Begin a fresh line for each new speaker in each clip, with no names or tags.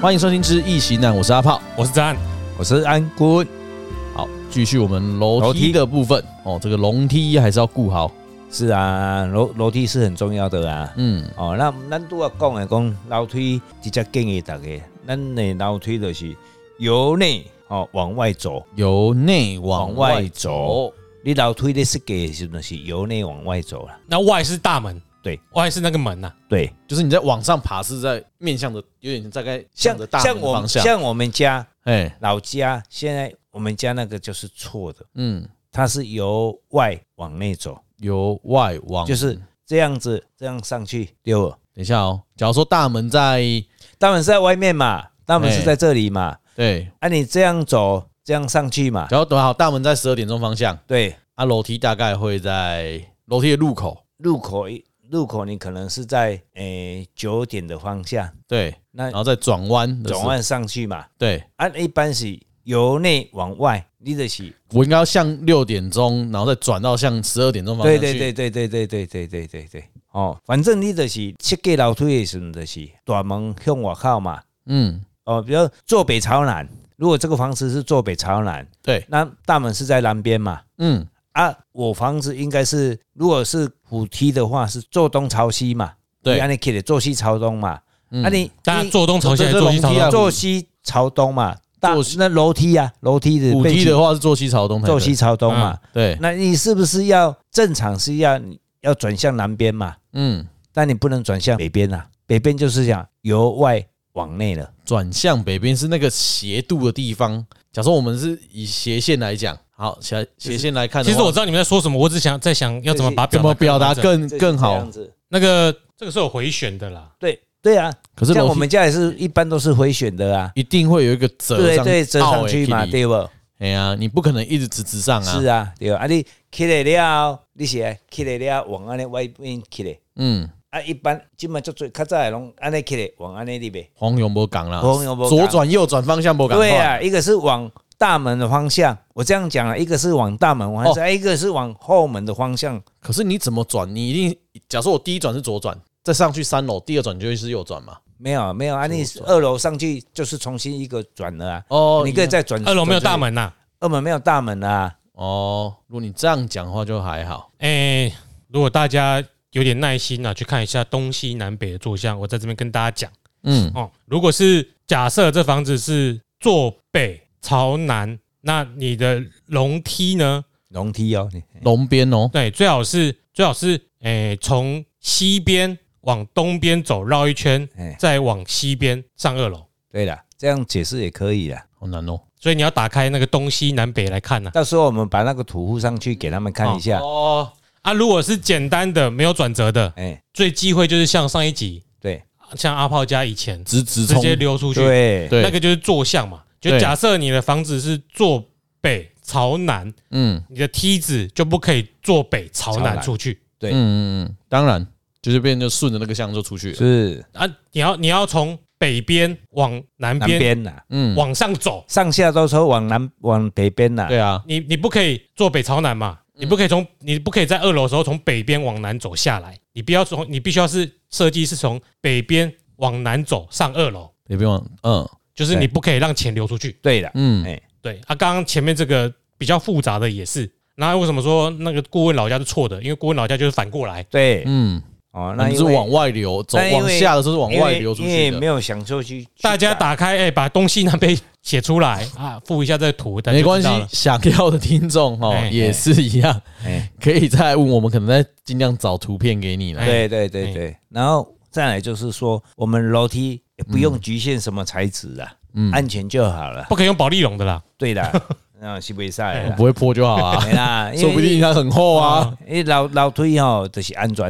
欢迎收听之《一席难》，我是阿炮。
我是张翰，
我是安坤，
好，继续我们楼
楼
梯
梯
的部分哦，这个楼梯还是要顾好。
是啊，楼楼梯是很重要的啊。
嗯，
哦，那咱都要讲的讲楼梯，直接建议大家，咱的楼梯就是由内哦往外走。
由内往外走，
你楼梯的设计的时候是由内往外走了，
那外是大门，
对，
外是那个门呐、啊
对，
就是你在往上爬是在面向的，有点大概向
像
着大门
像
的
我
方
们
向。
像我们家
哎，
老家，现在我们家那个就是错的，
嗯，
它是由外往内走，
由外往
就是这样子这样上去丢了。
等一下哦。假如说大门在
当然是在外面嘛，当然是
哎
在这里嘛。
对，
啊，你这样走，这样上去嘛，
假如等好大门在十二点钟方向，
对，
啊，楼梯大概会在楼梯的入口。
入口一入口你可能是在诶九、9点的方向，
对，
那
然后再转弯的时候
转，弯上去嘛，
对
啊，一般是由内往外，你就是，
我应该要向六点钟，然后再转到向十二点钟方
对
向
对
去
对对对对对对对对对，哦，反正你就是设计楼梯的时候，就是大门向外靠嘛，
嗯，
哦，比如坐北朝南，如果这个房子是坐北朝南，
对，
那大门是在南边嘛，
嗯，
啊，我房子应该是，如果是虎梯的话，是坐东朝西嘛。
对，
安尼起来坐西朝东嘛，
嗯
啊你
大家
你
坐东朝西还是
这
坐西朝
这
东
楼？
坐啊西朝东嘛，大
坐西
那楼梯啊，楼梯的
五
背
梯
景
的话是坐西朝东才对，嗯
坐西朝东嘛，
对，
那你是不是要正常是要要转向南边嘛？
嗯，
但你不能转向北边啊，北边就是讲由外往内了，
转向北边是那个斜度的地方。假设我们是以斜线来讲，好，斜斜线来看的
其
话，
实我知道你们在说什么，我只想在想要怎么把
怎么表达
完整
更更
这
好
样？子。
那个这个是有回旋的啦，
对对啊，
可是
像
楼
我
梯
们家也是一般都是回旋的啊，
一定会有一个折
对
上
对，折上去嘛，
凹的起来
对不？
哎呀，你不可能一直直直上啊。
是啊，对啊，啊你起来了，你是要起来了往安尼外面起来。
嗯，
啊，一般即嘛足侪较早诶拢安尼起来，往安尼里边。
黄永波港啦，
黄永波港
左转右转方向波港，
对啊，一个是往大门的方向，我这样讲啊，一个是往大门
哦
方向，一个是往后门的方向。
可是你怎么转？你一定，假设我第一转是左转，再上去三楼，第二转就会是右转嘛？
没有没有啊，你
左转
二楼上去就是重新一个转了啊。
哦
你可以再转。
二楼没有大
转出去，
门啊呐、
二门没有大门啊。
哦，如果你这样讲话就还好。
诶，如果大家有点耐心啊，去看一下东西南北的坐向，我在这边跟大家讲
嗯，
哦。如果是假设这房子是坐北朝南，那你的楼梯呢？
楼梯哦，你
龙边哦，
对，最好是最好是诶，从西边往东边走绕一圈，
哎，
再往西边上二楼。
对了，这样解释也可以啦。
好难哦。
所以你要打开那个东西南北来看呢、啊
到时候我们把那个图附上去给他们看一下。
哦，
啊。如果是简单的没有转折的，
哎，
最忌讳就是像上一集，
对
像阿炮家以前
直直
直
冲，
接溜出去，
对
对，
那个就是坐向嘛。就
对
假设你的房子是坐北朝南，
嗯
你的梯子就不可以坐北朝
朝
南
南
出去
嗯
对
嗯嗯，当然就是变成就顺着那个向就出去了。
是
啊。你要你要从北边往南
南
边
边呐，
嗯，
往上走，
上下都说往南往北边呐。
对啊，
你你不可以坐北朝南嘛，你不可以从你不可以在二楼的时候从北边往南走下来，你不要从你必须要是设计是从北边往南走上二楼，
也不用，嗯
就是
对
你不可以让钱流出去。
对了，
嗯，
哎，
对啊，刚刚前面这个比较复杂的也是，然后为什么说那个顾问老家是错的？因为顾问老家就是反过来，
对，
嗯，
哦，那
那你
因
是
为
往外流，走
那因为
往下的时候是往外流出
因为
去
因为
的，
没有想说去，
大家打开哎、把东西南北写出来啊，附一下这个图，大家
没
就
关
知
系
道了。
想要的听众哦
哎
也是一样，
哎，
可以再来问我们，可能再尽量找图片给你来。
对对对对，然后再来就是说，我们楼梯也不用局限什么材质啊，
嗯，
安全就好了。
不可以用保利龙的啦，
对的，啊，西北赛
我不会破就好啊，
没哎啦，因为
说不定它很厚啊。
因为楼楼梯吼，就是安全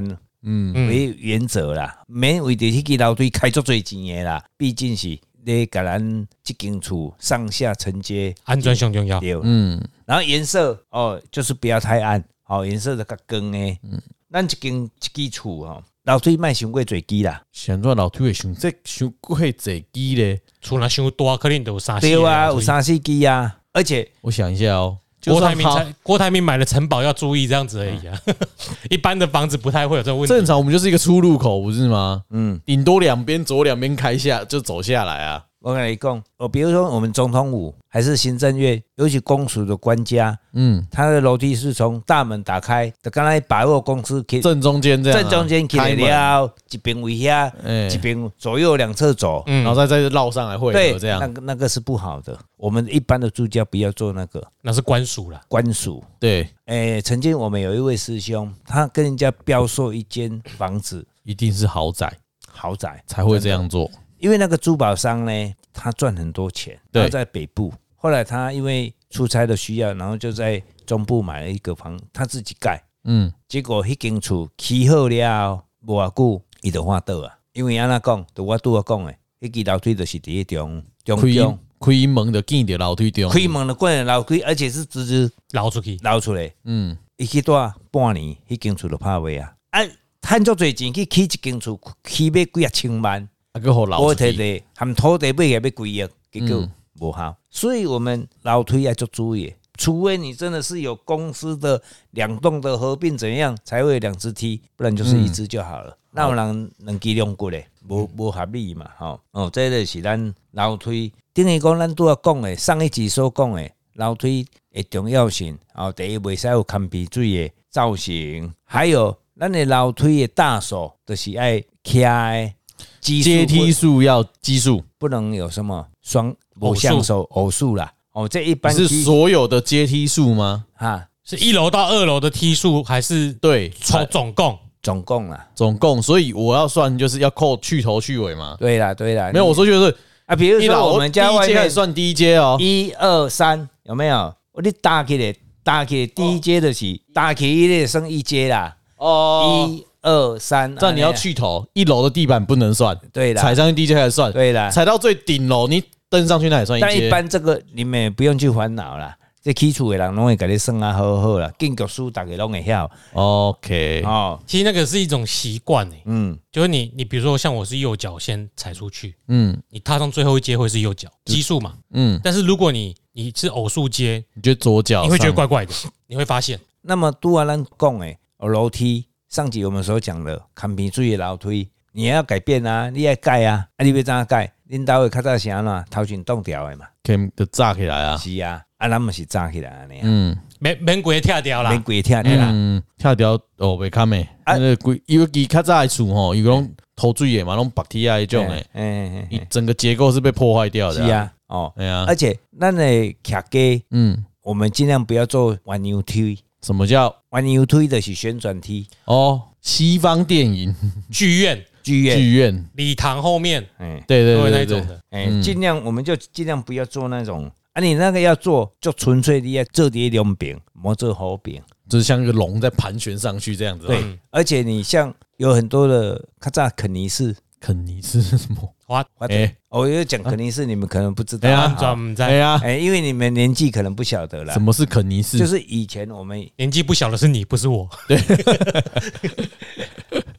嗯，
嗯，
为原则啦，免为着迄支楼梯开足多钱的啦，毕竟是咧甲咱即间厝上下承接
安全最重要。
对。
嗯，
然后颜色哦，就是不要太暗，哦，颜色的较光诶。嗯，咱一间一支厝哦，楼梯卖伤过侪支啦，
现在老推会想这想过坐机咧，
除了修多，肯定都有啥？
对啊，有三四支啊，而且
我想一下哦，就
郭台
算
铭
好嗯
才郭台铭买了城堡要注意这样子而已啊， 一般的房子不太会有这个问题。
正常，我们就是一个出入口，不是吗？
嗯，
顶多两边左两边开下就走下来啊。
我跟你讲，哦，比如说我们总统府还是行政院，尤其公署的官家，
嗯，
他的楼梯是从大门打开，就刚才百货公司去
正中间这样啊、
正中间起
开
来
门，
了，一边围下，
哎
一边左右两侧走，
嗯
然后再再绕上来汇
对
合，这样
那，个那个是不好的。我们一般的住家不要做那个
那是官署啦。
官署。
对，
哎，曾经我们有一位师兄，他跟人家标售一间房子
一定是豪宅
豪宅，
才会这样做，
因为那个珠宝商呢，他赚很多钱，
对
他在北部。后来他因为出差的需要，然后就在中部买了一个房，他自己盖。
嗯，
结果迄间厝起好了，无偌久伊就换倒啊。因为安那讲，就我拄我讲的，迄支楼梯就是伫迄中中
开
中
开门的见着楼梯中，
开门的关的楼梯，而且是直直
捞出去，
捞出来。
嗯，
伊去住半年，迄间厝就拍卖啊！啊，趁足侪钱去起一间厝，起要几啊千万，
啊个好楼
我摕
梯，
地含土地买也要几亿，结果
嗯
无效。所以我们楼梯要做注意，除非你真的是有公司的两栋的合并怎样，才会有两只梯，不然就是一只就好
嗯
了。那有人两支两骨嘞，无无合理嘛，吼、哦，这就是咱楼梯，等于讲咱拄啊讲的，上一集所讲的楼梯的重要性，哦，第一袂使有堪比水的造型，还有咱的楼梯的大手，就是爱徛的基数
阶
不
梯数要基数，
不能有什么双偶像手偶数啦。哦，这一般
是
基
所有的阶梯数吗？
啊，
是一楼到二楼的梯数还是
对，
从总共？
总共啦，
总共，所以我要算就是要扣去头去尾嘛。
对啦对啦，
没有，我
你
说就是
啊，比如
一老
说我们家
第一
外
阶还
面
算第一阶哦，
一二三有没有？我你搭起来搭起来第一阶的是搭起一列升一阶啦，
哦，
一二三，啊
但你要去头，一楼的地板不能算，
对啦
踩上去第一阶才算，
对啦，
踩到最顶楼，你登上去那也算一
但一
阶。
般这个你们也不用去烦恼啦。这基础的人拢会给你算啊，好好啦，建筑书大家拢会晓
OK，
哦，
其实那个是一种习惯欸诶，
嗯，
就是你你比如说像我是右脚先踩出去，
嗯
你踏上最后一阶会是右脚奇数嘛，
嗯，
但是如果你你是偶数阶，
你觉得左脚
你会觉得
上
怪怪的，你会发现
那么杜阿咱讲诶，哦楼梯上集我们所讲的，看平水的楼梯，你也要改变啊，你要改啊，啊你要怎样改？恁兜的较啊早是安怎样头前冻掉的啊嘛，
可以就炸起来啊，
是啊，啊咱嘛是早起来安尼啊，
嗯
门门鬼跳掉
免
啦，
鬼听的啦，啊
嗯，跳掉哦，袂堪诶，那个规因为伊较早的厝吼，伊拢头水的嘛，拢白铁啊迄种诶，
诶，
伊整个结构是被破坏掉
是
的，，
啊，哦，
哎呀
而，且咱的徛家，
嗯，
我们尽量不要做弯腰梯，
什么叫
弯腰梯的是旋转梯，
哦？西方电影
剧院
剧院，
剧院，
礼堂后面
哎
对
都会
对对
那
对，
种的，
哎，尽量我们就尽量不要做那种。啊，你那个要做，就纯粹你要做伫两边，莫做好边。
就是像一个龙在盘旋上去这样子。
对，，而且你像有很多的卡扎肯尼斯，
肯尼斯是什么？
哇，
我
哎
我有讲肯尼斯，你们可能不知道
哎呀
怎
啊，
么
哎
在？
呀，
哎，因为你们年纪可能不晓得啦
什，么是肯尼
就
斯？
是以前我们
年纪不小的是你，不是我。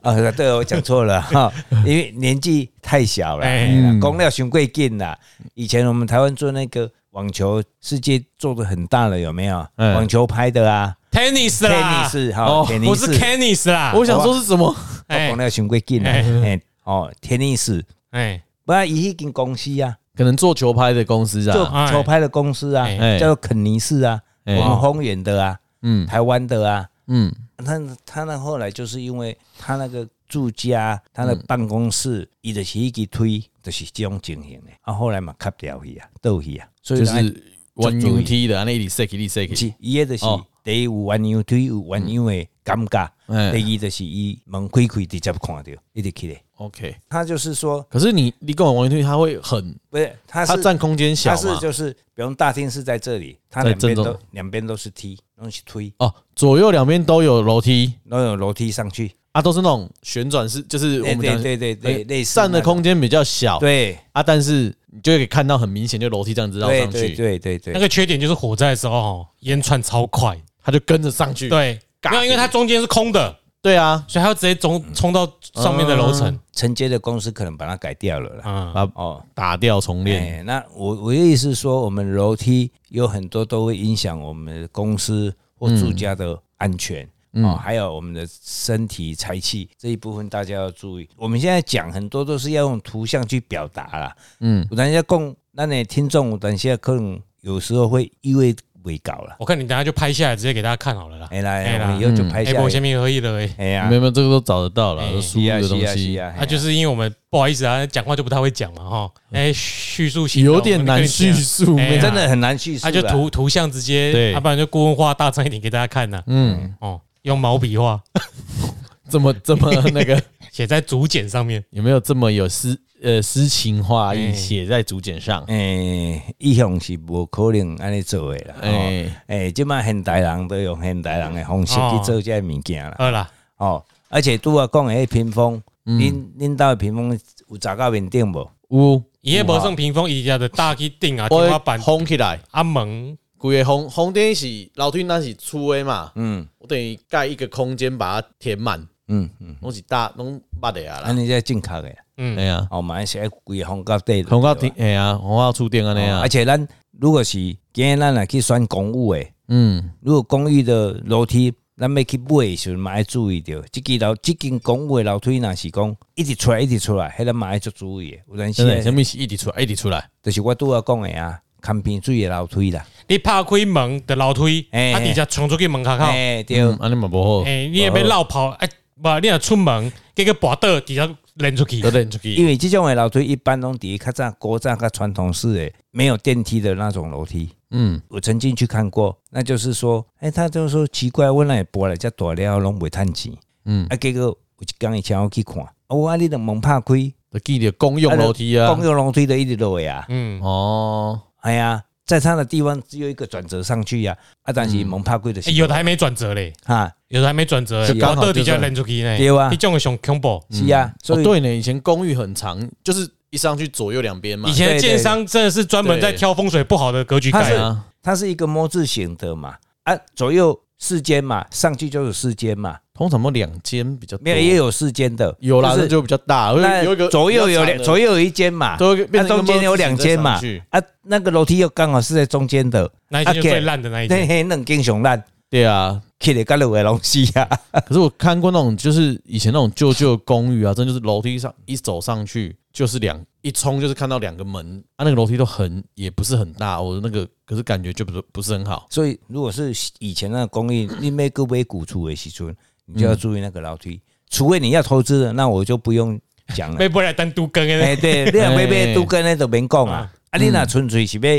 啊，对我讲错 了哈，因为年纪太小了，
哎
嗯
公料雄贵劲啦。以前我们台湾做那个网球世界做的很大了，有没有？
嗯
网球拍的啊，
tennis 啦，
tennis
哦
哈，肯尼
不是
斯，
tennis 啦，
我想说是什么？
哎
公料雄贵劲啦，
哎
哎，哦，肯尼斯，
哎，
不然一间公司啊，
可能做球拍的公司
做
啊，
哎
球拍的公司啊，
哎
哎
叫，做肯尼斯啊，我
哎
们丰原的啊，
嗯
台湾的啊，
嗯，
他他那后来就是因为他那个住家，他的办公室，伊就是一支推，就是这种情形的。啊，后来嘛，卡掉去啊，倒去啊，所以
就
咱
是玩 U T 的，那一里 s e k 一里 s e
不
k
是伊个就是
哦
第一有弯腰推，有弯腰的感觉；
哎
第二就是伊门开开直接看到，一直起来。
，OK。
他就是说，
可是你你跟我玩 U T，它会很，
不是，他
它
是
占空间小
他是
嘛？
就是，比如大厅是在这里，他
在
两边
正中
都两边都是梯，都是推，
哦，左右两边都有楼梯
然后有楼梯上去。
啊，都是那种旋转式，就是我
对
们
对
讲哎
对对对，类似
占的
那种
空间比较小，
对
啊，但是你就可以看到很明显，就楼梯这样子绕
对
上
对
去，
对对对
那。个缺点就是火灾的时候哦，烟窜超快，
它就跟着上去。
对，没有，因为它中间是空的，
对啊，
所以它要直接冲冲到上面的楼
嗯
层，
嗯承接的公司可能把它改掉了啦。
嗯，
把
哦，
打掉重练。
哎，那我我的意思是说，我们楼梯有很多都会影响我们公司或住家的安全。
嗯
哦，还有我们的身体财气这一部分大家要注意。我们现在讲很多都是要用图像去表达啦，
嗯，
有等一下供那你听众，有等一下可能有时候会意味未搞了，
我看你等下就拍下来，直接给大家看好了啦。
哎啦，
哎
哎
啦
啦，以后就
嗯
拍
哎，
下
我先
来，
面合一了哎，
哎呀
没，有没有，这个都找得到了
哎，
都输入的东西，
啊
啊，就是因为我们不好意思啊，讲话就不太会讲嘛哈，
嗯
哎，叙述型
有点难叙，述，
哎
没
呀
真的很难叙述
他
啦，
就图图像直接，啊
对
要不然就顾问画大张一点给大家看呐。
哎
嗯，
哦，用毛笔画，
这么这么那个，
写在竹简上面。
有没有这么有诗呃诗情画
哎
意写在竹简上？
诶、哎一向是无可能安尼做诶啦。哦
哎
诶、诶，即摆、现代人都用现代人诶方式
哦
去做这物件啦。
好啦，
哦，而且拄啊讲诶屏风，
嗯
恁恁兜诶屏风有砸到面顶无？
有，
伊迄无算屏风，伊家的大去顶啊，天花
我
板
轰起来，
啊门
规个红红顶是楼梯那是粗的嘛，
嗯
我等于盖一个空间把它填满，
嗯嗯，
拢是大拢捌的啊
安
啦，
尼才正确诶。
哎呀，
哦，嘛是爱规个风格底就对
红
了。
到顶，哎呀，红到触电安尼
哦
啊
而，且咱如果是今日咱若去选公寓诶，
嗯，
如果公寓的楼梯，咱要去买的时阵嘛要注意着，即间楼即间公寓的楼梯若是讲一直出来一直出来，迄咱嘛要足注意的。有阵时
真的，什
呢
么是一直出来，一直出来，
就是我拄仔讲的啊，看边水的楼梯啦。
你拍开门的楼梯，
哎
啊，底下冲出去门口口，哎，
哎、对，
嗯，安尼嘛无好，
你也被绕跑，哎，不，你若出门，结果跋倒底下扔出去
都，扔出
因
去，
为即种的楼梯一般拢伫较早古早较传统式的没有电梯的那种楼梯。
嗯，
我曾经去看过，那就是说，哎、他就说奇怪，我那搬来遮大了拢袂趁钱，
嗯
啊，结果有一工伊请我去看，啊，我啊，你的门拍开，
都记得公用楼梯啊
公，用楼梯的一直落的啊，
嗯，
哦，
哎呀，在他的地方只有一个转折上去呀、啊，啊，但是蒙拍贵的
哎
是
嗯
有的还没转折嘞，
哈，
哎
有的还没转折嘞，
就刚
跋
好
倒底
就
下
是
扔出去呢，
对啊
你种的上恐怖。
是啊，所
哦
以、
对呢，以前公寓很长，就是一上去左右两边嘛
以，前的
对对
建商真的是专门在
对
挑风水不好的格局
他
盖
是
对
的，
啊，
它是一个模字形的嘛，啊，左右四间嘛，上去就是四间嘛，
通常都两间比较多，
没有也有四间的，
哦有啦，
就
那
是
就比较大，有有一
那
个
左右有两，左
右
右有一间嘛，
都变
那
成一个
中间有两间嘛
帽子再上去，
啊，那个楼梯又刚好是在中间的，
那一间就
啊
最
给
烂的那一
那
间，
嘿那英雄烂，
对啊。
去了干了的东西呀，
可是我看过那种，就是以前那种旧旧的公寓啊，真的就是楼梯上一走上去就是两一冲就是看到两个门啊，那个楼梯都很也不是很大，我那个可是感觉就不是不是很好，
所以如果是以前那个公寓，你每个买古厝的时阵，你就要注意那个楼
嗯
梯，除非你要投资的，那我就不用讲 了。
被不来单独跟的
哎、对，你若要买拄跟咧就免讲啊
啊。
啊，你若
嗯
纯粹是要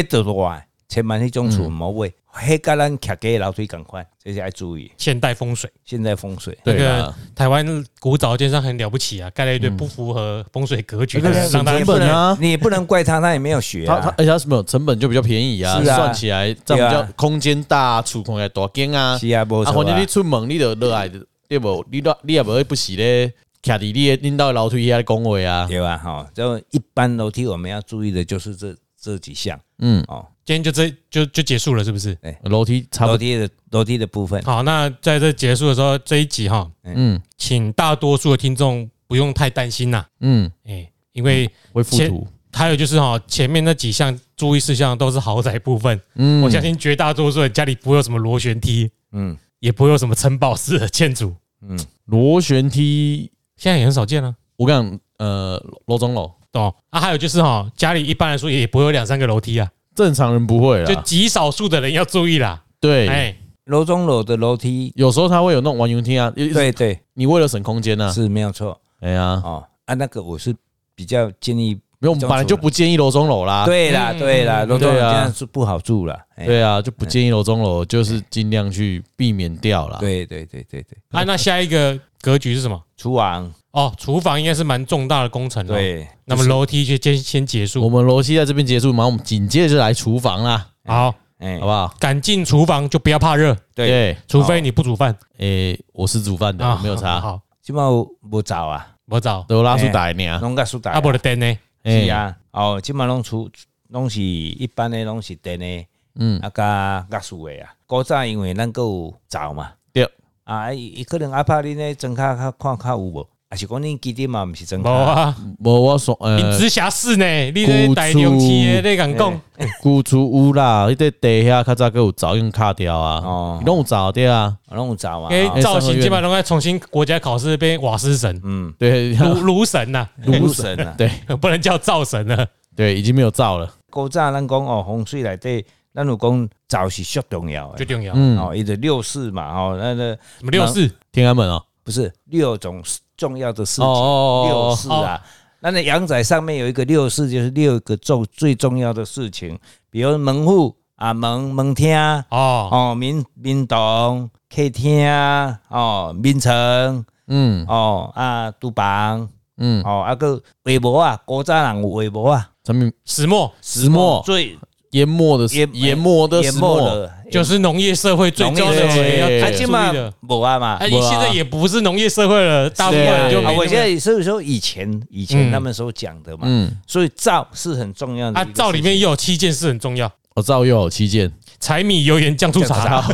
要倒落来，千万迄种厝毋好买，迄甲咱徛家的楼梯共款，这是要注意。
现代风水。
现在风水，
对
那
啊嗯
个，台湾古早建商很了不起啊，盖了一堆不符合风水格局的
对，
让大
成
家
本啊
你也不能怪他，他也没有学
它它
啊。
而且它什么成本就比较便宜啊，
是啊
算起来这样比较空间大啊，储空间大间啊，
是啊，无
啊，
错
反
啊
正你。出门你就热爱的，对无？你都你也无会不时咧，徛伫你的恁兜的楼梯遐讲话啊，
对吧？哈，就一般楼梯我们要注意的就是这这几项
嗯，
哦，
今天就这就就结束了，是不是？
楼梯差
楼
不多，
梯的楼梯的部分。
好，那在这结束的时候，这一集哈，
嗯
请大多数的听众不用太担心啦，
嗯，
哎，因为
会附图，
还有就是哈，前面那几项注意事项都是豪宅部分，
嗯，
我相信绝大多数人家里不会有什么螺旋梯，
嗯
也不会有什么城堡式的建筑，
嗯，
螺旋梯，
现在也很少见啊。
我跟你讲，呃，楼中楼，
懂啊？还有就是哈，家里一般来说也不会有两三个楼梯啊，
正常人不会
就
啦，
极少数的人要注意啦。
啊对，
哎，完
楼中楼的楼梯，
有时候他会有那种玩游梯啊，对，
对对，
你为了省空间呐，
是没有错
哎呀，
哦。啊，那个我是比较建议，
没有，我们本来就不建议楼中楼啦，
对啦
嗯
对啦，
嗯
楼中
啊
楼
对
这
啊
样是不好住了。哎
对啊，就不建议楼中楼，就是尽量去避免掉啦。
对对对对对，
啊，那下一个格局是什么？
厨王
哦，厨房应该是蛮重大的工
嗯
程哦。，
对，
那么楼梯就先先结
我
束。
们楼梯在这边结束，马上我们紧接着来厨房啦，
好，
哎
好不好？
敢进厨房就不要怕热，
对，，
除非你不煮饭
诶，我是煮饭的，我没有
啊好
差，
好，
起码无走啊，
我找
都拉出打你啊，
拢甲苏打
阿伯的灯呢？
哎
是，啊，哦，起码拢出拢是一般的拢是电的，
嗯，
啊甲甲苏的啊，古早因为咱还有灶嘛，啊
对，
啊，伊伊可能阿怕恁咧装卡较看较有无，还是讲恁基地嘛，毋是真
无。啊，
无我说
你
呃，
直辖市呢，你咧大牛气的，你敢讲？
古厝有啦，你在地下较早个有早用卡掉
哦
啊，你拢有早掉啊，
拢有找嘛。
因
哦
为造型基本上都要重新国家考试变瓦斯神、
嗯，
对，，
炉炉神呐、
卢神啊
对
不能叫灶神啊了。
对，已经没有灶了，
古早咱讲哦，风水内底，咱有讲灶是足重要
最
的。
重要，
嗯，
哦，伊的六事嘛，哦，那个
啊什么六四
天安门哦，
不是六种重要的事
哦
情，六
哦
事啊。那那阳宅上面有一个六事，就是六个重最重要的事情，比如门户啊、门门厅啊
哦，
哦、民民洞、客厅啊哦、民城
嗯
哦啊、厨房
嗯，
哦啊个围脖啊，古早人有围脖啊，哦
咱们
石墨
石墨
最
淹没的石
淹哎
淹没的
淹
石
没
墨，
了，
就是农业社会最重要的
农业社
会
要
啊，
哎
注
起
意
码
的。
无啊嘛。
哎，现在也不是农业社会了，大部
对
分人就
啊，
没
我
那
现
么。
在是说以前以前他们所讲的嘛，
嗯，
所以灶是很重要的
啊
一个，
灶
事
里
情
面也有七件事很重要：
我哦灶又有七件，
柴米油盐酱醋茶，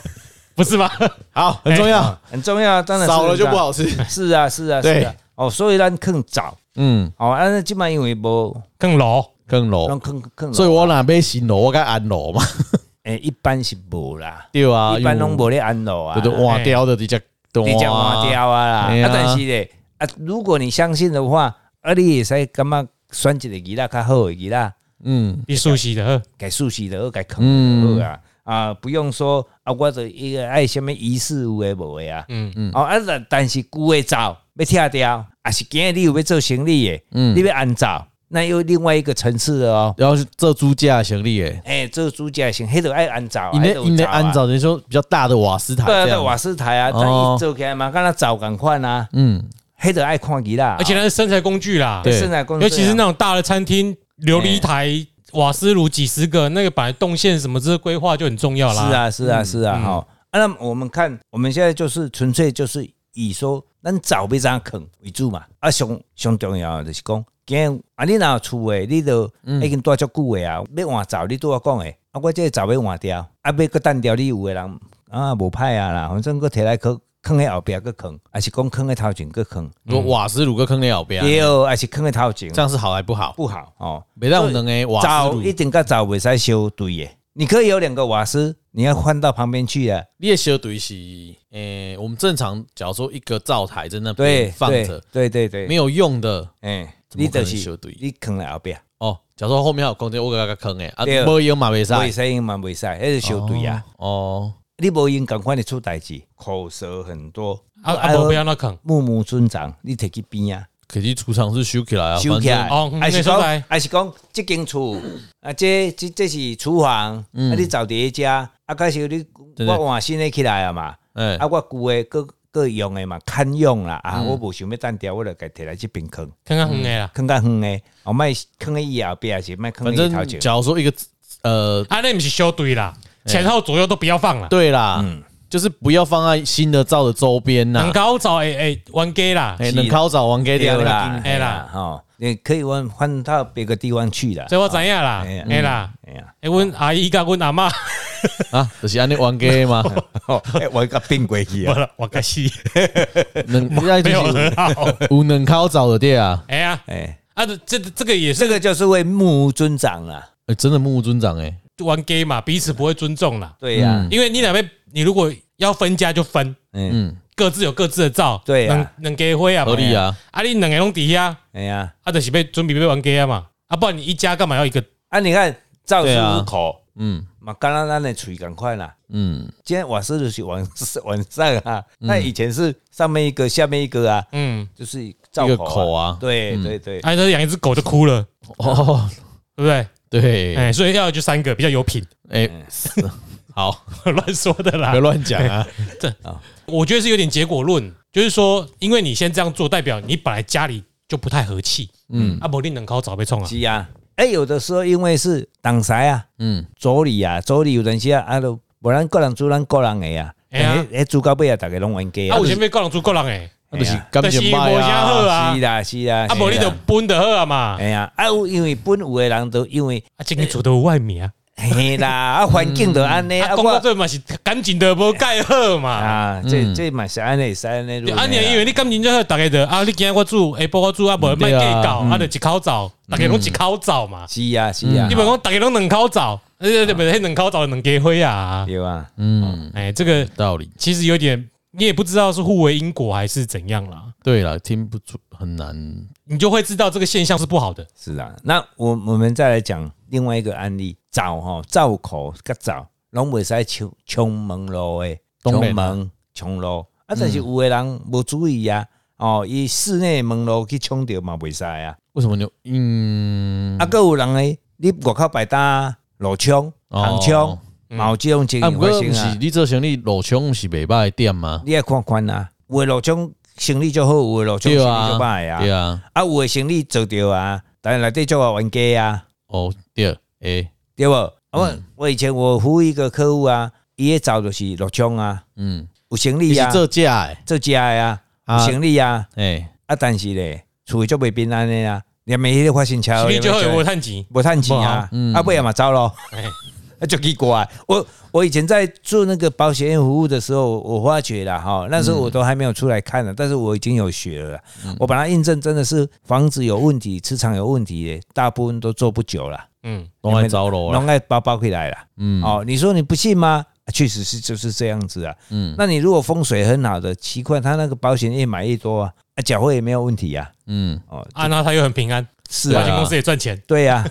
不是吗？
好，很重要，
很重要，当哦然是
少了就
很
不
大。
好吃，
是啊，是啊，是
对
啊。哦，所以咱更早
嗯，
哦，啊，那今晚因为无，
更老
更楼
咱，更更
哦所以我若要新楼，我该安楼嘛，
诶，一般是无啦，
对啊，
一般
因为
拢无咧安楼啊，
对对，
哎
换掉的直接
你讲换，掉啊啦。
哎呀
啊，但是咧，啊，如果你相信的话，啊，你会使感觉选一个吉他较好的吉他，
嗯
你熟悉的，
改熟悉的，改坑
嗯
好啊。啊，不用说啊，我的一个爱什么仪式有诶无诶啊，
嗯
嗯
哦啊，但但是旧诶灶要拆掉，啊是今日你有要做生理诶，你
嗯，
要按照，那又另外一个层次了哦。
然后是这猪架行李诶，
哎，做主家型，迄个爱按照，
你
那
那
就有
你那
灶啊
按照人说比较大的瓦斯塔
对啊，
这
对
样，
瓦斯台啊，
哦
咱一做起来嘛，敢若灶共款啊，
嗯
迄个爱看伊啦，
而且它是生财工具啦，
对
生产工作
尤
啊，
其是那种大的餐厅，琉璃台、瓦斯炉几十个，那个本来动线什么这些规划就很重要啦。
是，啊，是啊，是啊，
嗯
哈。啊，那么我们看，我们现在就是纯粹就是以说咱灶要怎坑为主嘛，啊，上上重要的就是讲，今天啊，你若有厝诶，你都已经住足久诶啊，要换灶，你拄我讲诶，啊，我这个灶要换掉，啊，要搁单掉，你有诶人啊，无歹啊啦，反正搁摕来去坑喺后壁搁坑，还是讲坑喺头前搁坑。
如果瓦斯炉跟坑里后边，
也有，还是坑在头前
这样是好还不好？
不好哦。
没让能诶瓦斯
灶一
炉，
定跟灶袂使相对耶，你可以有两个瓦斯，你要换到旁边去啊。
你的小堆是诶，我们正常假如说一个灶台在那
对
边，放
对
着
对对对，
没有用的
哎，
怎
你
么可
就
能
是
相对
你坑在后边，
哦，假如说后面还有空间，我给它坑诶，啊，
对
没用嘛，没
袂
晒
使用嘛袂使，那是相对啊。
哦，
你无用赶快的出代志，口舌很多，
啊啊，不要那坑，
木木尊长，你摕去边啊，
可是储藏室修起来啊，
收起
反
来
正
哦，
还是讲
那时候来
还是讲这间厝啊，这这这是厨房，啊你灶伫家，啊，开始你
嗯对对
我换新的起来啊嘛。
哎
啊，，我旧诶，各各用诶嘛，堪用啦啊，
嗯
我无想要单调，我就家摕来即边坑，
看看很矮啦。
坑较远诶，哦，卖坑诶伊后壁还是卖坑
反
诶头
正
前，
假如说一个呃，
啊，那不是修堆啦，前后左右都不要放了。
对啦，就是不要放在新的灶的周边
很
呐，
高找诶诶玩 gay 啦，
哎，
是
冷烤早王给
对
掉
啦
啦，，
哎
哎
啦
啦，吼，你可以换换到别个地方去啦，
所以我知影啦，
哎呀
哎啦，
哎呀，
哎，阮阿姨甲阮阿妈，
啊，就是安尼王给嘛，
哎我个变过去
不
啊，
了，我该死，
冷那就
没有
是
很好。
有冷烤早的店啊，
哎呀，
哎，
啊，这这个也
这
是
个就是为木屋尊长啦，
哎，真的木屋尊长哎，
玩 gay 嘛，彼此不会尊重啦。
对呀
嗯，
因为你两边，你如果要分家就分，
嗯，
嗯，
各自有各自的灶，
对啊
能能给灰啊，
合理啊，
啊，你两个拢底下，
哎呀，
啊，就是被准备被玩 gay 啊嘛，啊，不然你一家干嘛要一个？
啊，你看赵
对啊
师口
嗯
嘛，敢若咱诶喙赶快啦。
嗯，
今天瓦斯就是晚晚上啊，那以前是上面一个下面一个啊，
嗯，
就是造
一个口
啊，
啊，
对
嗯
对对，
啊，这养一只狗就哭了，
哦，
对不对？
对，
哎，所以要就三个比较有品，
哎，
嗯
好，
乱说的啦
别。乱讲啊，
我觉得是有点结果论，就是说，因为你先这样做，代表你本来家里就不太和气，
嗯
啊，不你能靠早被冲啊，
是啊，哎、有的时候因为是党财啊、
嗯，
组里啊、组里有阵时啊，啊都无咱个人做咱个人的啊，
哎呀
哎、主到尾啊，大家拢冤家
啊，有前被告人做告人诶，
那就是
哎呀
感
但是
情
无
卖
啥好
啊，
啊
是，啦是啦，哎
啊，不你
是
就
啦
分就好啊嘛，
哎呀，啊有因为本有的人都因为
啊，今天做的有外面啊，
嘿啦，啊环境就安尼，啊
啊，讲到
我
这嘛是感情的无盖好嘛。
啊，这
嗯
这嘛是安尼是安尼，
啊，你因为你感情就好，大家就啊，你今天我煮，下晡我煮啊，无卖
对啊
计较，
嗯
啊，就一口罩，大家拢一口罩嘛。
是啊是
嗯
啊
你，不是讲大家拢两口罩，呃，就不是那两口罩两家伙啊。
对啊，
嗯，
哎，这个
道理。
其实有点，你也不知道是互为因果还是怎样啦，
对了，听不出很难。
你就会知道这个现象是不好的。
是啊。那我我们再来讲另外一个案例，灶吼灶口甲灶，拢袂使
嗯
冲冲门路诶，
当然
冲
啊
门冲路啊，但是有诶人无注意啊，哦，伊室内门路去冲着嘛袂使啊，
为什么你嗯
啊，个有人诶，你外口摆搭路冲、
哦
hàng冲、毛这种情
啊，
形
不
发
过
生
不
啊
是。你做生意路冲是袂歹的店吗？
你也看看啊，有的路种生理就好，有的路种生理
对
就
啊，
歹
对
啊，
啊，
啊有的生理做着啊，但是内底做啊冤家啊，
哦对，诶，
对不？啊我我以前我服务一个客户啊，伊迄走就是路种啊，
嗯，
有生
你
理
是
啊，
做假诶，
做家的啊，有
啊
生理啊，
诶，
啊但是咧，厝里做袂平安的啊，连每迄个发生车祸
所以
也
最
没
后
有，
有无趁钱，
无趁钱
不
啊
好，
嗯
啊尾也嘛走咯。
哎，
那就奇怪。我我以前在做那个保险业服务的时候，我发觉了哈，那时候我都还没有出来看呢，啊但是我已经有学了啦。我把它印证，真的是房子有问题，磁场有问题耶，大部分都做不久了，
嗯，
拢爱走路啦，
拢爱包包起来了。
嗯
哦，你说你不信吗？啊确实是就是这样子啊。
嗯
那你如果风水很好的，奇怪，他那个保险越买越多啊，啊，缴费也没有问题啊。
嗯，
哦，
啊，那他又很平安，
是
保
啊
对
险，公司也赚钱，
对呀、啊，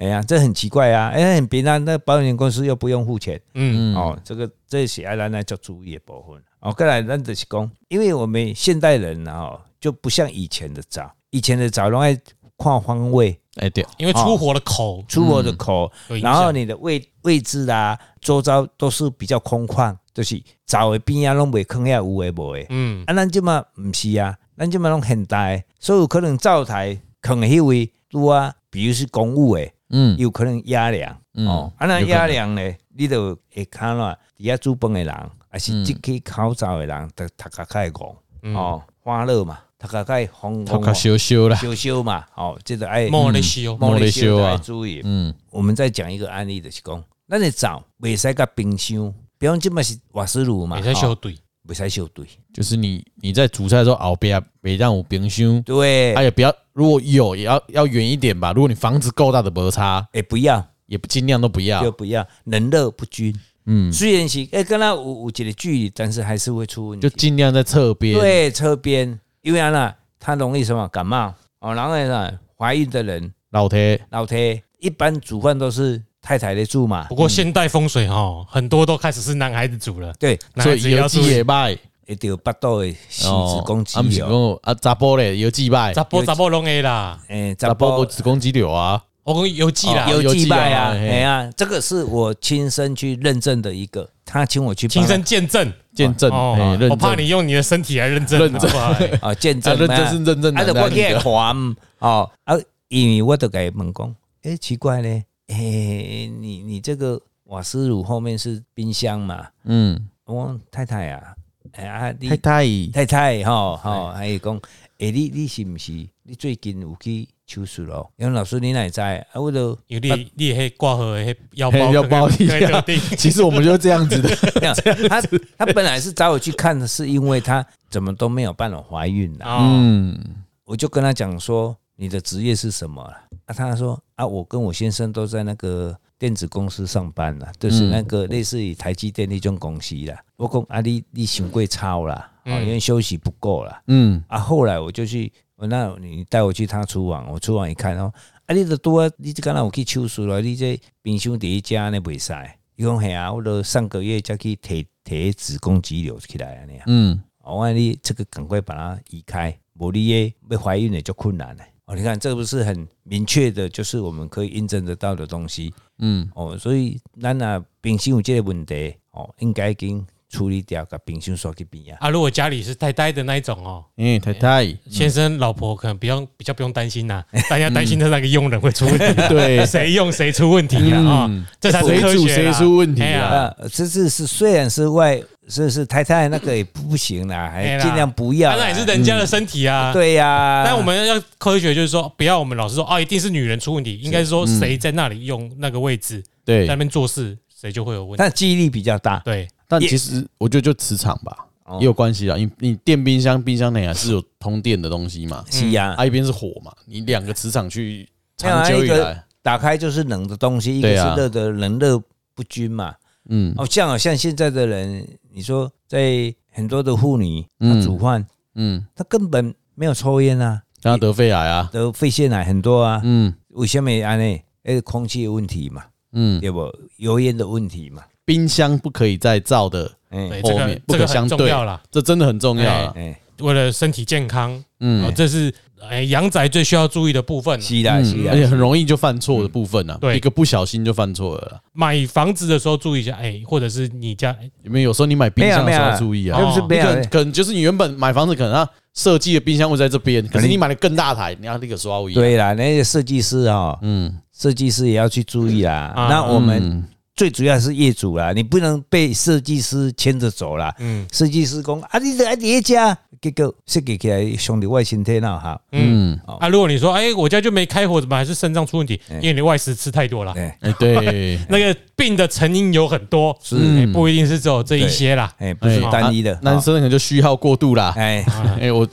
哎呀，这很奇怪啊，哎，很平安，那保险公司又不用付钱。
嗯，
嗯
哦，这个这是爱咱来做注意的部分。哦，再来咱就是讲，因为我们现代人啊哦，就不像以前的早，以前的早拢爱看方位、
哎对，
因为出火的口
出我的口，
有影
然后
响，
你的位位置啦、周遭都是比较空旷，就是早的边啊拢袂坑遐有诶无诶。
嗯，
啊，咱即嘛毋是啊，咱即嘛拢现代的，所以有可能灶台坑迄位拄啊，比如是公务诶，
嗯
有可能压梁。
嗯
哦，啊那
有可能
压量咧，你就会看啦，底下煮饭的人，还
嗯
是即去口罩的人，都头壳较会戆，哦，欢乐嘛，头壳较会红
头
红
壳
哦，
烧烧啦，
烧烧嘛，哦，这个爱
莫得修，
嗯
摸咧烧
就
啊
爱注意。
嗯
我们再讲一个案例，就是讲，咱的灶袂使甲冰箱，比方即嘛是瓦斯炉嘛，
也在修对，
哦，袂使烧对，
就是你你在煮菜的时候后边别让我冰箱，
对，
哎呀，不要，如果有也要要远一点吧。如果你房子够大的摩擦，
哎，不要
也不尽量都不
就
要。
不要，冷热不均，
嗯，
虽然是哎跟他有有一个距离，但是还是会出问题
就。尽量在侧边。，
对，侧边，因为安那他容易什么感冒哦，然后呢，怀孕的人
老铁，
老太一般煮饭都是太太在煮嘛
哦
不，过现代风水哈，很多都开始是男孩子煮了，
对，
男
所
孩子
以
也
油
要注
脂
意
也，卖，
会得有腹肚的性子宫肌
啊不是
瘤，
讲啊，查甫嘞油脂卖，
查甫查甫拢 A 啦，
诶，
查
哎查
甫
甫
有子宫肌瘤啊。
我讲邮寄啦，
哦
有
有
祭
记
拜
啊
啊，
嘿
哎呀，这个是我亲身去认证的一个，他请我去帮
亲
他
身见证
见证，哎
哦，
认
我
证
怕你用你的身体来认证，
认证
好 不好
啊见
啊，
证
认
嘛，
证是认证
啊，
的
就，我
那
去
你就
还哦，啊，因为我都给问讲，诶，奇怪咧，诶，你你这个瓦斯炉后面是冰箱嘛？
嗯，
我讲太太啊，哎啊，你
太太，
太太吼吼，还有讲，哎，你你是毋是？你最近有去手术咯？因为老师你哪会知啊？我都
有你你迄挂号迄腰包
嘿要包一
可以
下
可以决 定。
其实我们就是这样子的，
没有他他本来是找我去看的，是因为他怎么都没有办法怀孕啦。
哦，
嗯，
我就跟他讲说，你的职业是什么啦？啊，他说啊，我跟我先生都在那个电子公司上班啦，就是
嗯
那个类似于台积电那种公司啦。我讲啊，你你行贵超啦，哦，因为休息不够啦。
嗯，
啊，后来我就去，我那你带我去他厨房，我厨房一看哦，啊，你都多，你这刚才有去手术了，你这冰箱第一家呢袂使。伊讲嘿啊，我都上个月才去提提子宫肌瘤起来安尼啊。
嗯，
哦我讲你这个赶快把它移开，无你耶要怀孕的就困难了。哦，你看这不是很明确的，就是我们可以印证得到的东西。
嗯，
哦，所以咱啊冰箱有这个问题，哦，应该已经处理掉，把冰箱刷去边啊。
啊，如果家里是呆呆的那一种哦，
哎，太太，
先生老婆可能比较比较不用担 心呐，大家担心的那个佣人会出问题，
嗯对，
谁用谁出问题啊？啊
嗯，
这才是
谁
科
煮
学啦
谁出问题
哎呀
啊？
啊，这是是虽然是外是是太太那个也不不行啦，
哎
还
啦
尽量不要啦。
啊
当然也是人家的身体
嗯
啊。。
对呀，
但我们要科学，就是说，不要我们老是说啊，一定是女人出问题，应该是
嗯
说谁在那里用那个位置，
对
在那，边做事，谁就会有问题。
但记忆力比较大，
对，
但
也
其实我觉得就磁场吧
哦，
也有关系啦。你你电冰箱，冰箱内啊是有通电的东西嘛，
是呀，
啊一边是火嘛，你两个磁场去
没有
长
啊
久
一
以
个
来，
打开就是冷的东西，一个
对
是
啊
热的，冷热不均嘛。
嗯
哦，像好像现在的人，你说在很多的妇女，她
嗯
煮饭，
嗯，
她根本没有抽烟啊，
让他得肺癌啊，
得肺腺癌很多啊。
嗯
为什么安呢？哎，空气的问题嘛，
嗯，
对不？油烟的问题嘛，
冰箱不可以再造的，
对，
哎
这
后
个
面不
这
可
个
相
很重
对
要啦，
这真的很重要啊。
哎，
为了身体健康，哦
嗯，
这是哎羊仔最需要注意的部分啊。
是啦是
嗯，
啦
而，且很容易就犯错的部分啊，
嗯对
一个不小心就犯错了啦。
买房子的时候注意一下，哎，或者是你家哎
因为有时候你买冰箱的时候要注意啊
没有
那不
没有，
是
哦
没
你
有
可能可能就是你原本买房子可能它设计的冰箱会在这边，可是
可
你
能
买的更大台，你要那个刷位。，
对啦，那些设计师啊，
嗯，
设计师也要去注意啦。
啊
那我们
嗯
最主要是业主啦，你不能被设计师牵着走啦。
嗯
设计师讲啊，你来叠加，结果设计起来兄弟外形天闹哈，
嗯。
嗯，
啊，如果你说，哎，我家就没开火，怎么还是肾脏出问题？因为你外食吃太多了，
哎
哎，对，
那个病的成因有很多，
是
哎不一定是只有这一些啦。
哎，不是
哎
单一的
啊，男生可能就虚耗过度啦
哦。哎，
哎，我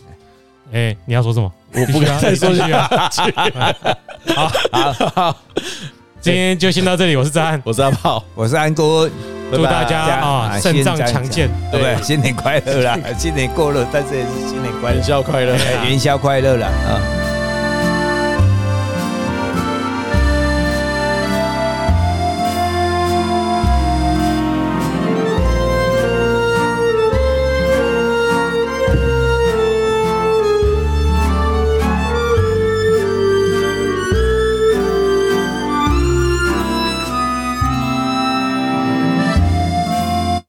哎，你啊要说什么？
我不敢再说
你
下
继
去
续啊。今天就先到这里，我是张翰，
我是阿炮，
我是安哥，
祝大家
拜拜
啊肾脏强，健，
先这样讲对不对？新年快乐啦，新年过了，但是也是新年快乐
元，宵快乐。
哎元宵快乐啦啊！